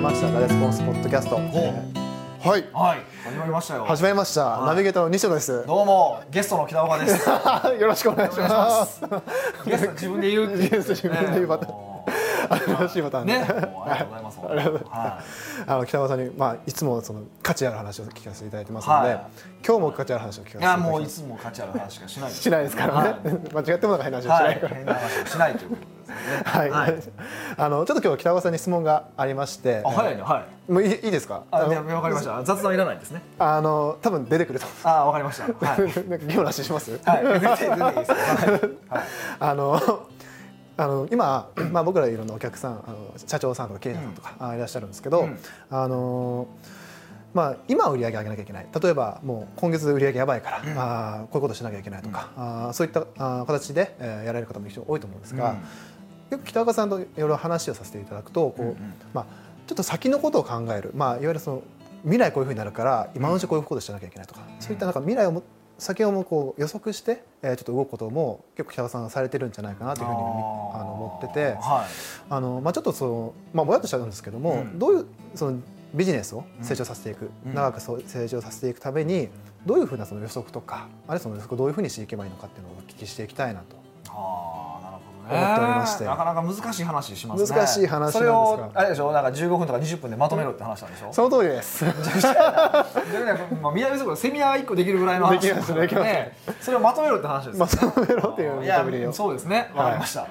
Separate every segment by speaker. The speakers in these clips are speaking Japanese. Speaker 1: ますポッドキャスト。はい。
Speaker 2: はい、始まりましたよ。
Speaker 1: 始まりました。ナビゲーターの西野です。よ
Speaker 2: どうも、ゲストの北岡 です。
Speaker 1: ろしくお願いします。
Speaker 2: ゲスト自分で言うっていう。
Speaker 1: ゲ スト自分で言うパターン
Speaker 2: も
Speaker 1: 新しいパター
Speaker 2: う
Speaker 1: ン
Speaker 2: ね、
Speaker 1: で。
Speaker 2: もうありがとうございます。本当には
Speaker 1: あの北川さんにまあいつもその価値ある話を聞かせていただいてますので、
Speaker 2: はい
Speaker 1: 今日も価値ある話を聞かせてい
Speaker 2: い。い
Speaker 1: ただ
Speaker 2: や、
Speaker 1: き
Speaker 2: もうい
Speaker 1: ます。
Speaker 2: つも価値ある話しかしない。
Speaker 1: しないですからね。 間違ってもなんか変な話はし
Speaker 2: は
Speaker 1: ないいから。、
Speaker 2: 変な話をしないということですね。
Speaker 1: はい。あのちょっと今日北川さんに質問がありまして
Speaker 2: あ、。早いね、はい。
Speaker 1: もういいいいですか。
Speaker 2: あ、
Speaker 1: の
Speaker 2: ね、わかりました。雑談いらないですね。
Speaker 1: あの多分出てくると思
Speaker 2: あ、わかりました。は
Speaker 1: う。
Speaker 2: い。
Speaker 1: なんか今日の話します。
Speaker 2: はい、 全然全然いいですよ。はい。はい
Speaker 1: あの あの今、まあ、僕らいろんなお客さんあの社長さんとか経営者さんとか、あいらっしゃるんですけど、
Speaker 2: うん
Speaker 1: あのまあ、今売り上げ上げなきゃいけない例えばもう今月売り上げやばいから、あーこういうことしなきゃいけないとか、あーそういったあー形で、えーやられる方も非常に多いと思うんですが、よく北岡さんといろいろ話をさせていただくとこう、
Speaker 2: うんうん
Speaker 1: まあ、ちょっと先のことを考える、まあ、いわゆるその未来こういうふうになるから今のうちこういうことしなきゃいけないとか、そういったなんか未来をも先をもこう予測して、えーちょっと動くことも結構北川さんはされてるんじゃないかなというふうにみあの思ってて
Speaker 2: はい。
Speaker 1: あの、まあ、ちょっとその、まあ、ぼやっとしちゃうんですけども、
Speaker 2: うん
Speaker 1: どういうそのビジネスを成長させていく、
Speaker 2: うん
Speaker 1: 長くそう成長させていくためにどういうふうなその予測とかあるいはその予測をどういうふうにしていけばいいのかっていうのをお聞きしていきたいなと。
Speaker 2: あーなるほどね
Speaker 1: 思っておりまして
Speaker 2: なかなか難しい話しますね
Speaker 1: 難しい話なんですが
Speaker 2: それをあれでしょなんか15分とか20分でまとめろって話なんでしょ
Speaker 1: その通りです。
Speaker 2: じゃなくてまあ南そばセミナー1個できるぐらいの話
Speaker 1: できますできます
Speaker 2: ねそれをまとめろって話ですよ
Speaker 1: まとめろっていう見たぶ
Speaker 2: い
Speaker 1: り
Speaker 2: や
Speaker 1: を。
Speaker 2: そうですねわかりました、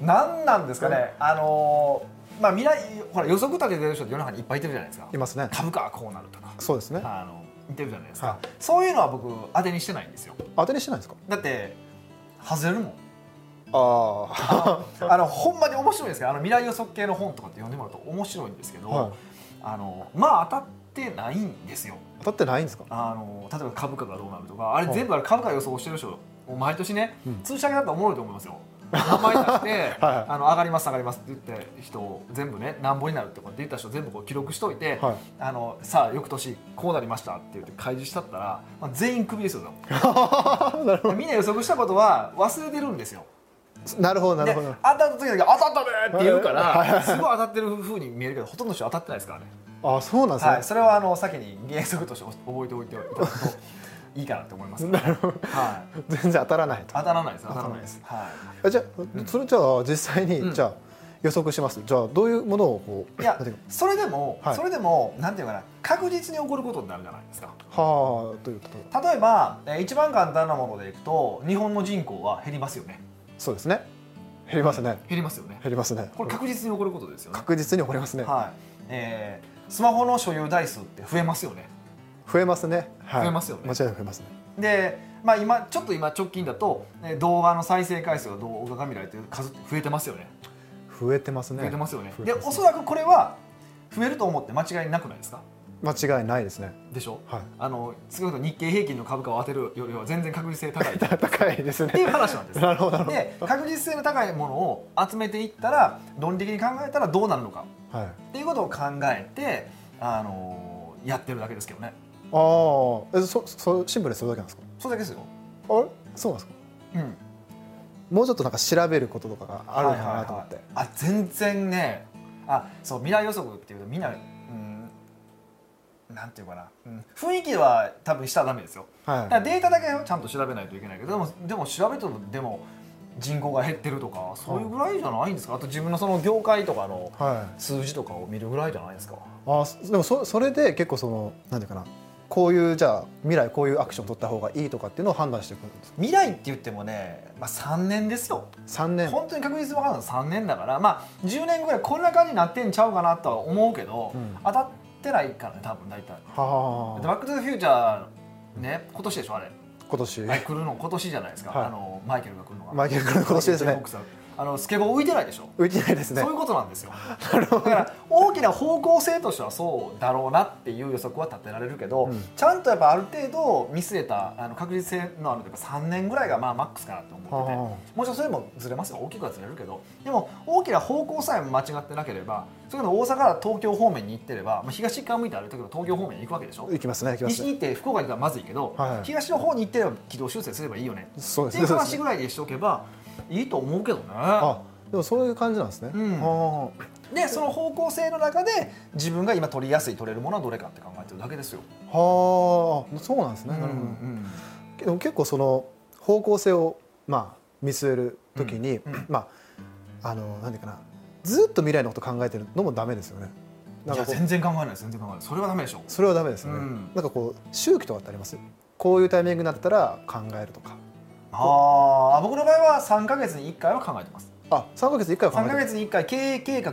Speaker 2: なんなんですかねあのーまあ未来ほら予測立ててる人って世の中にいっぱいいてるじゃないですか
Speaker 1: いますね。
Speaker 2: 株価はこうなるとか
Speaker 1: そうですね。
Speaker 2: あのいてるじゃないですか、
Speaker 1: は
Speaker 2: そういうのは僕当てにしてないんですよ
Speaker 1: 当てにしてないんですか。
Speaker 2: だって外れるもん
Speaker 1: あ
Speaker 2: あのほんまに面白いんですけどあの未来予測系の本とかって読んでもらうと面白いんですけど、
Speaker 1: はい
Speaker 2: あのまあ当たってないんですよ
Speaker 1: 当たってないんですか。
Speaker 2: あの例えば株価がどうなるとかあれ
Speaker 1: はい
Speaker 2: 全部あれ株価予想してる人を毎年ね、
Speaker 1: うん
Speaker 2: 通知上げだったらおもろいと思 いますよ。名前出して、
Speaker 1: はい
Speaker 2: あの上がります上がりますって言って人を全部ねなんぼになるとかって言った人を全部こう記録しといて、
Speaker 1: はい
Speaker 2: あのさあ翌年こうなりましたって言って開示したったら、まあ、全員クビですよ多分みんな予測したことは忘れてるんですよ。
Speaker 1: なるほどな
Speaker 2: で
Speaker 1: る
Speaker 2: 当
Speaker 1: ほど。
Speaker 2: たった時だけ当たったねって言うからすごい当たってる風に見えるけどほとんどの人当たってないですからね、
Speaker 1: あそうなんですね。
Speaker 2: はい、それはあの先に原則として覚えておいていただくといいかなと思います、
Speaker 1: なるほど。
Speaker 2: はい、
Speaker 1: 全然当たらないと。
Speaker 2: 当たらないです当
Speaker 1: たら
Speaker 2: たら
Speaker 1: な
Speaker 2: ない
Speaker 1: で
Speaker 2: いですす、は
Speaker 1: えじゃあそれじゃあ実際に、
Speaker 2: うん
Speaker 1: じゃあ予測します。じゃあどういうものをこう。
Speaker 2: い、いや
Speaker 1: なんていうか
Speaker 2: それでも、
Speaker 1: はい
Speaker 2: それでもなんていうかな確実に起こることになるじゃないですか
Speaker 1: はあということ。
Speaker 2: 例えば、えー一番簡単なものでいくと日本の人口は減りますよね
Speaker 1: そうですね。減りますね。
Speaker 2: 減りますよね
Speaker 1: 減りますね。
Speaker 2: これ確実に起こることですよね、
Speaker 1: 確実に起こりますね。
Speaker 2: はいえースマホの所有台数って増えますよね
Speaker 1: 増えますね。はい
Speaker 2: 増えますよね
Speaker 1: 間違いなく増えますね。
Speaker 2: で、まあ、今ちょっと今直近だと、ね、動画の再生回数が動画が見られてる数って増えてますよね
Speaker 1: 増えてますね。
Speaker 2: 増えてますよね
Speaker 1: 増え
Speaker 2: で
Speaker 1: てま
Speaker 2: お
Speaker 1: す
Speaker 2: そらくこれは増えると思って間違いなくないですか
Speaker 1: 間違いないですね。
Speaker 2: でしょ
Speaker 1: はい。
Speaker 2: あの少なくとも日経平均の株価を当てるよりは全然確実 性高いっ
Speaker 1: 高いです
Speaker 2: てい
Speaker 1: ね。
Speaker 2: う話なんで す
Speaker 1: なるほどなる
Speaker 2: で確実性の高いものを集めていったら論理的に考えたらどうなるのか
Speaker 1: ほど。はい。
Speaker 2: っていうことを考えて、あのやってるだけですけどね
Speaker 1: ああ、えそそシンプルにそれだけなんですか。
Speaker 2: それだけですよ、
Speaker 1: あれ、そうなんですか。
Speaker 2: うん、
Speaker 1: もうちょっとなんか調べることとかがあるのかなと思って。
Speaker 2: あ全然ねあそう未来予測っていうとみんな、うん、なんていうかな、うん、雰囲気は多分したらダメですよだか
Speaker 1: は
Speaker 2: らデータだけをちゃんと調べないといけないけどでもでも調べてもでも人口が減ってるとかそういうぐらいじゃないんですかあと自分のその業界とかの
Speaker 1: い。はい。
Speaker 2: 数字とかを見るぐらいじゃないですか
Speaker 1: あそでもそそれで結構そのなんていうかなこういうじゃあ未来こういうアクションを取った方がいいとかっていうのを判断していくんです
Speaker 2: 未来って言ってもね、まあ、3年ですよ
Speaker 1: 三年
Speaker 2: 本当に確実に分かるのは3年だからまあ10年ぐらいこんな感じになってんちゃうかなとは思うけど、
Speaker 1: うん
Speaker 2: 当たってないからね多分大体
Speaker 1: は
Speaker 2: で
Speaker 1: あ
Speaker 2: バック・トゥ・ザ・フューチャーね今年でしょあれ
Speaker 1: 今年、
Speaker 2: あれ来るの今年じゃないですか、
Speaker 1: はい
Speaker 2: あのマイケルが来るのが
Speaker 1: マイケルが来る今年ですね
Speaker 2: ジェイコブスがあのスケボー浮いてないでしょ
Speaker 1: 浮いてないですね
Speaker 2: そういうことなんですよだから大きな方向性としてはそうだろうなっていう予測は立てられるけど、
Speaker 1: うん
Speaker 2: ちゃんとやっぱある程度見据えたあの確実性のあるというか3年ぐらいがまあマックスかなと思ってて、
Speaker 1: はあは
Speaker 2: もちろんそれもずれますよ大きくはずれるけどでも大きな方向さえ間違ってなければそれこそ大阪から東京方面に行ってれば、まあ、東側向いて歩いてれば東京方面に行くわけでしょ
Speaker 1: 行きますね行きま
Speaker 2: 西
Speaker 1: す
Speaker 2: に
Speaker 1: ね
Speaker 2: 行って福岡に行ったらまずいけど、
Speaker 1: はい
Speaker 2: 東の方に行ってれば軌道修正すればいいよね
Speaker 1: そう
Speaker 2: っ
Speaker 1: で
Speaker 2: て
Speaker 1: す
Speaker 2: いう
Speaker 1: ねそうですね
Speaker 2: 話ぐらいでしておけばいいと思うけどね。
Speaker 1: あでもそういう感じなんですね、
Speaker 2: うん
Speaker 1: はあ
Speaker 2: でその方向性の中で自分が今取りやすい取れるものはどれかって考えてるだけですよ。
Speaker 1: はあそうなんですね、なるほど
Speaker 2: ん
Speaker 1: けど結構その方向性をまあ見据えるときに、
Speaker 2: うんうん
Speaker 1: まああのなんていうかなずっと未来のこと考えてるのもダメですよねなん
Speaker 2: いや
Speaker 1: かこう
Speaker 2: 全然考えないです全然考えないそれはダメでしょ
Speaker 1: それはダメですよね、
Speaker 2: うん
Speaker 1: なんかこう周期とかってありますこういうタイミングになったら考えるとか
Speaker 2: ああ僕の場合は3か月に1回は考えてます
Speaker 1: あ三3か月に1回は考
Speaker 2: 3
Speaker 1: えて
Speaker 2: か
Speaker 1: る
Speaker 2: 月に1回経営計画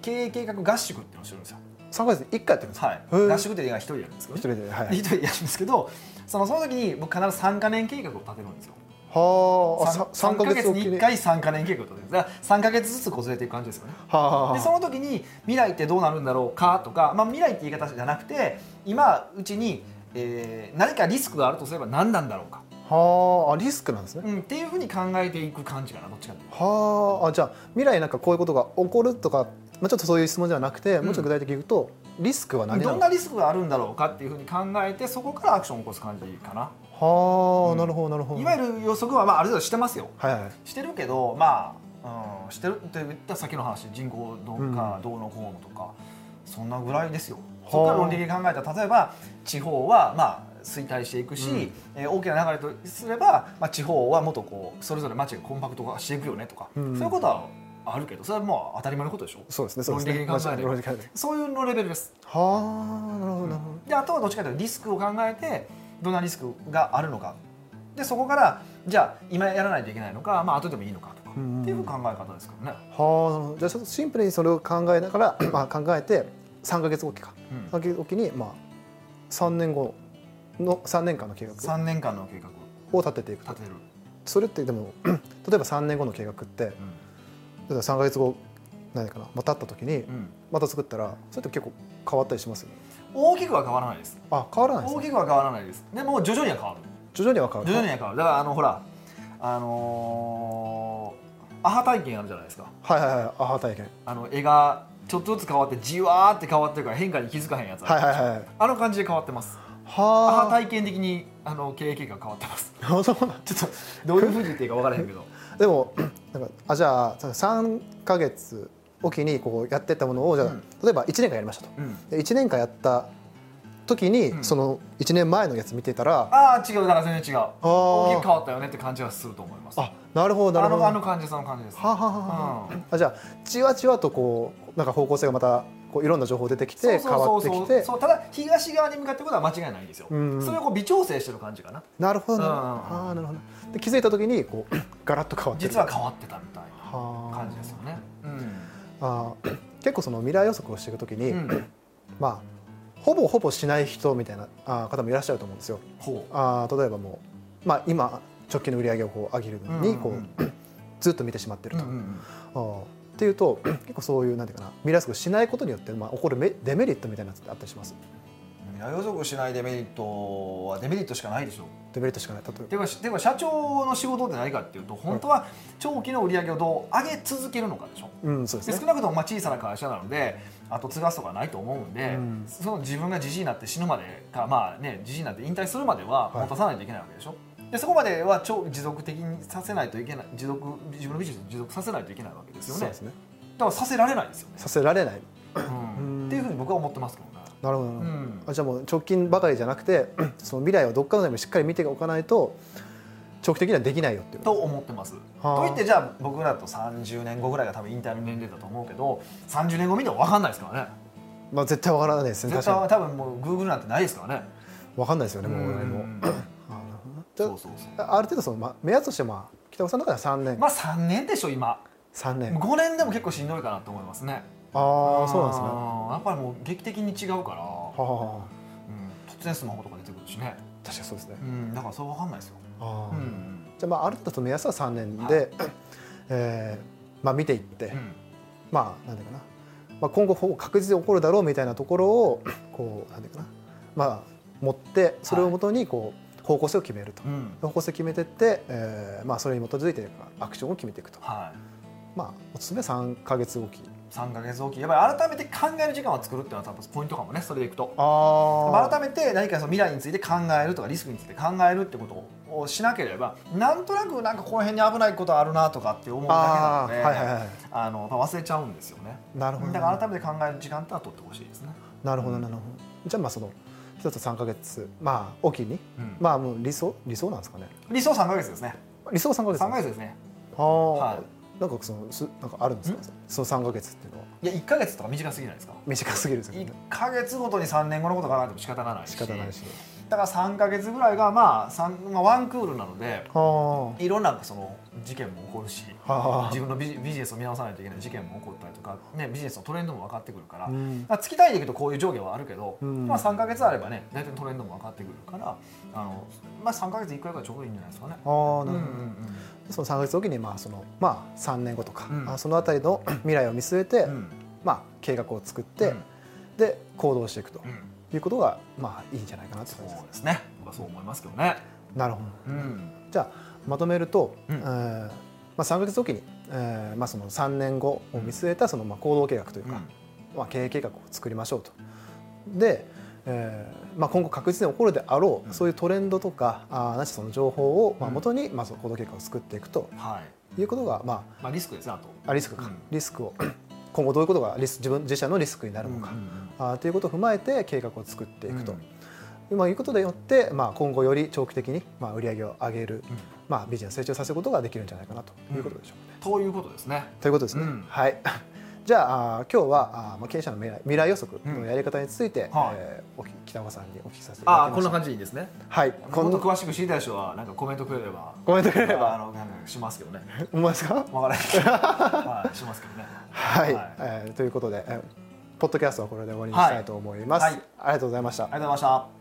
Speaker 2: 経営計画合宿っていうのをしてるんですよ
Speaker 1: 3ヶ月に1回やってるんですか
Speaker 2: はい
Speaker 1: へー
Speaker 2: 合宿っていうのが1人やるんですけど
Speaker 1: 一
Speaker 2: ね
Speaker 1: 人ではいは
Speaker 2: で一
Speaker 1: い
Speaker 2: 人やるんですけどそのその時に僕必ず3か年計画を立てるんですよ
Speaker 1: はああさ
Speaker 2: 3,
Speaker 1: 三ヶ
Speaker 2: ヶ
Speaker 1: 月
Speaker 2: 月
Speaker 1: おき
Speaker 2: に1回3か年計画を立てるだから3か月ずつこうずれていく感じですよね
Speaker 1: はあはあは
Speaker 2: でその時に未来ってどうなるんだろうかとか、まあ、未来って言い方じゃなくて今うちに、えー何かリスクがあるとすれば何なんだろうか、
Speaker 1: あはああリスクなんですね、
Speaker 2: うん、っていうふうに考えていく感じかなどっちかっていうと
Speaker 1: はああじゃあ未来なんかこういうことが起こるとか、まあ、ちょっとそういう質問じゃなくて、もうちょっと具体的に言うとリスクは何な
Speaker 2: ど
Speaker 1: の
Speaker 2: ん
Speaker 1: か
Speaker 2: なリスクがあるんだろうかっていうふうに考えてそこからアクションを起こす感じかな、
Speaker 1: はあ、
Speaker 2: うん
Speaker 1: なるほどなるほど
Speaker 2: いわゆる予測は、まあ、ある程度してますよ
Speaker 1: はいはい
Speaker 2: してるけどまあ、うん、してるって言ったら先の話人口どうかどうのこうのとか、そんなぐらいですよそこから論理的に考えたら例えば地方はまあ衰退していくし、
Speaker 1: うん
Speaker 2: えー大きな流れとすれば、まあ、地方はもっとこうそれぞれ町がコンパクト化していくよねとか、
Speaker 1: うん
Speaker 2: そういうことはあるけどそれはもう当たり前のことでしょ
Speaker 1: そうですねそうですね
Speaker 2: 論理的に考えれば
Speaker 1: 論理的に考えれば
Speaker 2: そういうのレベルです
Speaker 1: はあなるほどなるほど、
Speaker 2: であとはどっちかというとリスクを考えてどんなリスクがあるのかでそこからじゃあ今やらないといけないのか、まあ後でもいいのかとか、
Speaker 1: うん
Speaker 2: っていう考え方ですから
Speaker 1: は
Speaker 2: ね、
Speaker 1: あなるほどじゃあちょっとシンプルにそれを考えながら、まあ、考えて3か月おきか
Speaker 2: うん
Speaker 1: 3ヶ月おきに、まあ、3年後の3年間の計画
Speaker 2: 3年間の計画を
Speaker 1: を立てていくと
Speaker 2: 立てる、
Speaker 1: それってでも 例えば3年後の計画って例えば3か月後何かなまた経った時に
Speaker 2: うん
Speaker 1: また作ったらそれって結構変わったりしますよね
Speaker 2: 大きくは変わらないです
Speaker 1: あ変わらないです
Speaker 2: 大
Speaker 1: ね
Speaker 2: きくは変わらないですでも徐々には変わる
Speaker 1: 徐々には変わ
Speaker 2: 徐々
Speaker 1: る
Speaker 2: には変わるだからあのほらあのーアハ体験あるじゃないですか
Speaker 1: はいはいはいアハ体験
Speaker 2: あの絵がちょっとずつ変わってじわーって変わってるから変化に気づかへんやつある、
Speaker 1: はいはいはいはい
Speaker 2: あの感じで変わってますアハ
Speaker 1: は
Speaker 2: 体験的にあの経営計画変わってます
Speaker 1: あ そうなん
Speaker 2: ちょっとどういうふうに言っていいか分からへん けど
Speaker 1: でも なんかあじゃあ3か月おきにこうやってったものをじゃあ、
Speaker 2: うん
Speaker 1: 例えば1年間やりましたと
Speaker 2: うん
Speaker 1: で1年間やった時に、
Speaker 2: うん
Speaker 1: その1年前のやつ見てたらあ
Speaker 2: ああ違うだから全然違う
Speaker 1: あ
Speaker 2: 大きく
Speaker 1: ー
Speaker 2: 変わったよねって感じはすると思います
Speaker 1: あなるほどな
Speaker 2: あ
Speaker 1: るほ
Speaker 2: の
Speaker 1: ど
Speaker 2: あの感じその感じです
Speaker 1: はあはあはあはああじゃあじわじわとこうなんか方向性がまたこういろんな情報出てきて変わってきて
Speaker 2: そうただ東側に向かってことは間違いないんですよ、
Speaker 1: うんうん
Speaker 2: それをこう微調整してる感じかな
Speaker 1: なるほどなる
Speaker 2: うんうんうん
Speaker 1: ほどあーなるほどで気づいた時にこう ガラッと変わってる
Speaker 2: 実は変わってたみたいな
Speaker 1: はあ
Speaker 2: 感じですよね、
Speaker 1: あー結構その未来予測をしていく時に、
Speaker 2: うんうん
Speaker 1: まあほぼほぼしない人みたいなあー方もいらっしゃると思うんですよ
Speaker 2: ほう
Speaker 1: あー例えばもう、まあ、今直近の売り上げをこう上げるのにこう、
Speaker 2: うんうん
Speaker 1: ずっと見てしまってる
Speaker 2: うん
Speaker 1: と。
Speaker 2: うんうん
Speaker 1: あーっていうと 結構そういうなんていうかな未来予測をしないことによって、まあ、起こるメデメリットみたいなのってあったりします
Speaker 2: 未来予測しないデメリットはデメリットしかないでしょ
Speaker 1: デメリットしかない例え
Speaker 2: てかしでか社長の仕事って何かっていうと本当は長期の売り上げをどう上げ続けるのかでしょ
Speaker 1: ばうんそうで
Speaker 2: です
Speaker 1: ね
Speaker 2: 少なくともまあ小さな会社なので後継がすとかないと思うんで、
Speaker 1: うん
Speaker 2: その自分がじじいになって死ぬまでかまあねじじいになって引退するまでは
Speaker 1: はい
Speaker 2: 持たさないといけないわけでしょ、でそこまでは超持続的にさせないといけない持続自分のビジネスを持続させないといけないわけですよ
Speaker 1: そう
Speaker 2: ね
Speaker 1: ですね
Speaker 2: だからさせられないですよね、
Speaker 1: させられない
Speaker 2: うん
Speaker 1: うん
Speaker 2: っていうふうに僕は思ってますけどね、
Speaker 1: なるほどなる
Speaker 2: う
Speaker 1: ほど、
Speaker 2: ん
Speaker 1: あじゃあもう直近ばかりじゃなくて その未来をどっかのタイミングでしっかり見ておかないと長期的にはできないよっていう
Speaker 2: と思ってます、
Speaker 1: はあ
Speaker 2: といってじゃあ僕らだと30年後ぐらいが多分引退の年齢だと思うけど30年後見ても分かんないですからね
Speaker 1: まあ絶対わからないですね
Speaker 2: 絶
Speaker 1: 確
Speaker 2: 対
Speaker 1: か
Speaker 2: は多分もうグーグルなんてないですからね
Speaker 1: にわかんないですよねもう
Speaker 2: う
Speaker 1: ねもうんあーなるほどなじゃあ
Speaker 2: そうそうそう
Speaker 1: ある程度その、まあ、目安として、まあ、北尾さんの中では3年、
Speaker 2: まあ3年でしょ今
Speaker 1: 3年
Speaker 2: 5年でも結構しんどいかなと思いますね
Speaker 1: ああそうなんですねは
Speaker 2: やっぱりもう劇的に違うから、
Speaker 1: あはあは
Speaker 2: うん、突然スマホとか出てくるしね、
Speaker 1: あ確かにそうですね
Speaker 2: うん、だからそれ分かんないですよ、
Speaker 1: あ
Speaker 2: う
Speaker 1: あ、
Speaker 2: ん
Speaker 1: じゃあまあある程度の目安は3年で、
Speaker 2: は
Speaker 1: えーまあ、見ていって、
Speaker 2: うん
Speaker 1: まあなんていうかな、まあ、今後ほぼ確実に起こるだろうみたいなところをこうなんていうかなまあ持ってそれをもとにこう方向性を決めると、
Speaker 2: うん
Speaker 1: 方向性を決めてって、えーまあ、それに基づいてアクションを決めていくと
Speaker 2: はい
Speaker 1: まあおすすめは3か月おき
Speaker 2: 3か月おきやっぱり改めて考える時間を作るっていうのは多分ポイントかもねそれでいくと
Speaker 1: あ
Speaker 2: 改めて何かその未来について考えるとかリスクについて考えるってことをしなければなんとなくなんかこの辺に危ないことあるなとかって思うだ
Speaker 1: あ
Speaker 2: け
Speaker 1: ー
Speaker 2: な
Speaker 1: はいはい
Speaker 2: の
Speaker 1: は
Speaker 2: であのやっぱ忘れちゃうんですよね
Speaker 1: いなるほど
Speaker 2: だから改めて考える時間ってのは取ってほしいですね、
Speaker 1: なるほどなるほどじゃあまあその一つ3か月まあおきに
Speaker 2: うん
Speaker 1: まあもう理想理想なんですかね
Speaker 2: 理想3か月ですね
Speaker 1: 理想3か月
Speaker 2: 3か
Speaker 1: なんです
Speaker 2: 月ですね
Speaker 1: ああ、
Speaker 2: は
Speaker 1: なんかそのすなんかあるんですかその3か月っていうのはい
Speaker 2: や1か月とか短すぎないですか
Speaker 1: 短すぎるんですよ
Speaker 2: 1
Speaker 1: ね
Speaker 2: か月ごとに3年後のこと考えても仕方がないし
Speaker 1: 仕方ないし
Speaker 2: だから3か月ぐらいがまあ三、まあ、ワンクールなので
Speaker 1: あ
Speaker 2: いろんなその事件も起こるし
Speaker 1: あはあ
Speaker 2: 自分のビジビジネスを見直さないといけない事件も起こったりとか、ね、ビジネスのトレンドも分かってくるから,、
Speaker 1: うん
Speaker 2: だから月単位でいくとこういう上下はあるけど、
Speaker 1: うん
Speaker 2: まあ、3か月あればね大体トレンドも分かってくるからあの、まあ、3か月1回がちょうどいいんじゃないですかね。
Speaker 1: ああ
Speaker 2: う
Speaker 1: なるほど、その3ヶ月おきにまあそのまあ3年後とか、
Speaker 2: うん
Speaker 1: あそのあたり の未来を見据えて、
Speaker 2: うんうん
Speaker 1: まあ計画を作って、
Speaker 2: うん
Speaker 1: で行動していくと
Speaker 2: うん
Speaker 1: いうことがまあいいんじゃないかなって
Speaker 2: そ
Speaker 1: 感じです
Speaker 2: う。ですね僕はそう思いますけどね。
Speaker 1: なるほど。
Speaker 2: うん
Speaker 1: じゃあまとめると、
Speaker 2: うん
Speaker 1: えーまあ3ヶ月おきに、えーまあその3年後を見据えたそのまあ行動計画というか、まあ経営計画を作りましょうと。で、えーまあ今後確実に起こるであろう、
Speaker 2: うん
Speaker 1: そういうトレンドとかあーなしその情報をまあ
Speaker 2: うん
Speaker 1: 元にまあその行動計画を作っていくと
Speaker 2: はい
Speaker 1: いうことがまあ
Speaker 2: まあ、リスクですねあと。
Speaker 1: あリスクか、
Speaker 2: うん
Speaker 1: リスクを今後どういうことがリス自分自社のリスクになるのか、あーということを踏まえて計画を作っていくと、まあ、いうことでよって、まあ、今後より長期的に、まあ、売り上げを上げる、
Speaker 2: うん
Speaker 1: まあ、ビジネスを成長させることができるんじゃないかなということでしょうかね。
Speaker 2: ということですね。
Speaker 1: ということですね。
Speaker 2: うん
Speaker 1: はい、 じゃああー今日はあー、まあ、経営者の未来未来予測のやり方について、
Speaker 2: はい
Speaker 1: えーお聞き北岡さんにお聞きさせていただ
Speaker 2: あ
Speaker 1: きま
Speaker 2: あこん
Speaker 1: し
Speaker 2: な
Speaker 1: た。
Speaker 2: 感じでいいですね。
Speaker 1: はい、こ
Speaker 2: も
Speaker 1: ん
Speaker 2: っ
Speaker 1: な
Speaker 2: と詳しく知りたい人はなんかコメントくれれば。
Speaker 1: コメントくれれ
Speaker 2: あ
Speaker 1: ば、
Speaker 2: のなんかしますけどね。
Speaker 1: ほんまですか？
Speaker 2: わからないけど。はいしますけどね。
Speaker 1: はい、
Speaker 2: はい
Speaker 1: えーということで、えーポッドキャストはこれで終わりにしたいと思います。
Speaker 2: はい
Speaker 1: ありがとうございました。
Speaker 2: ありがとうございました。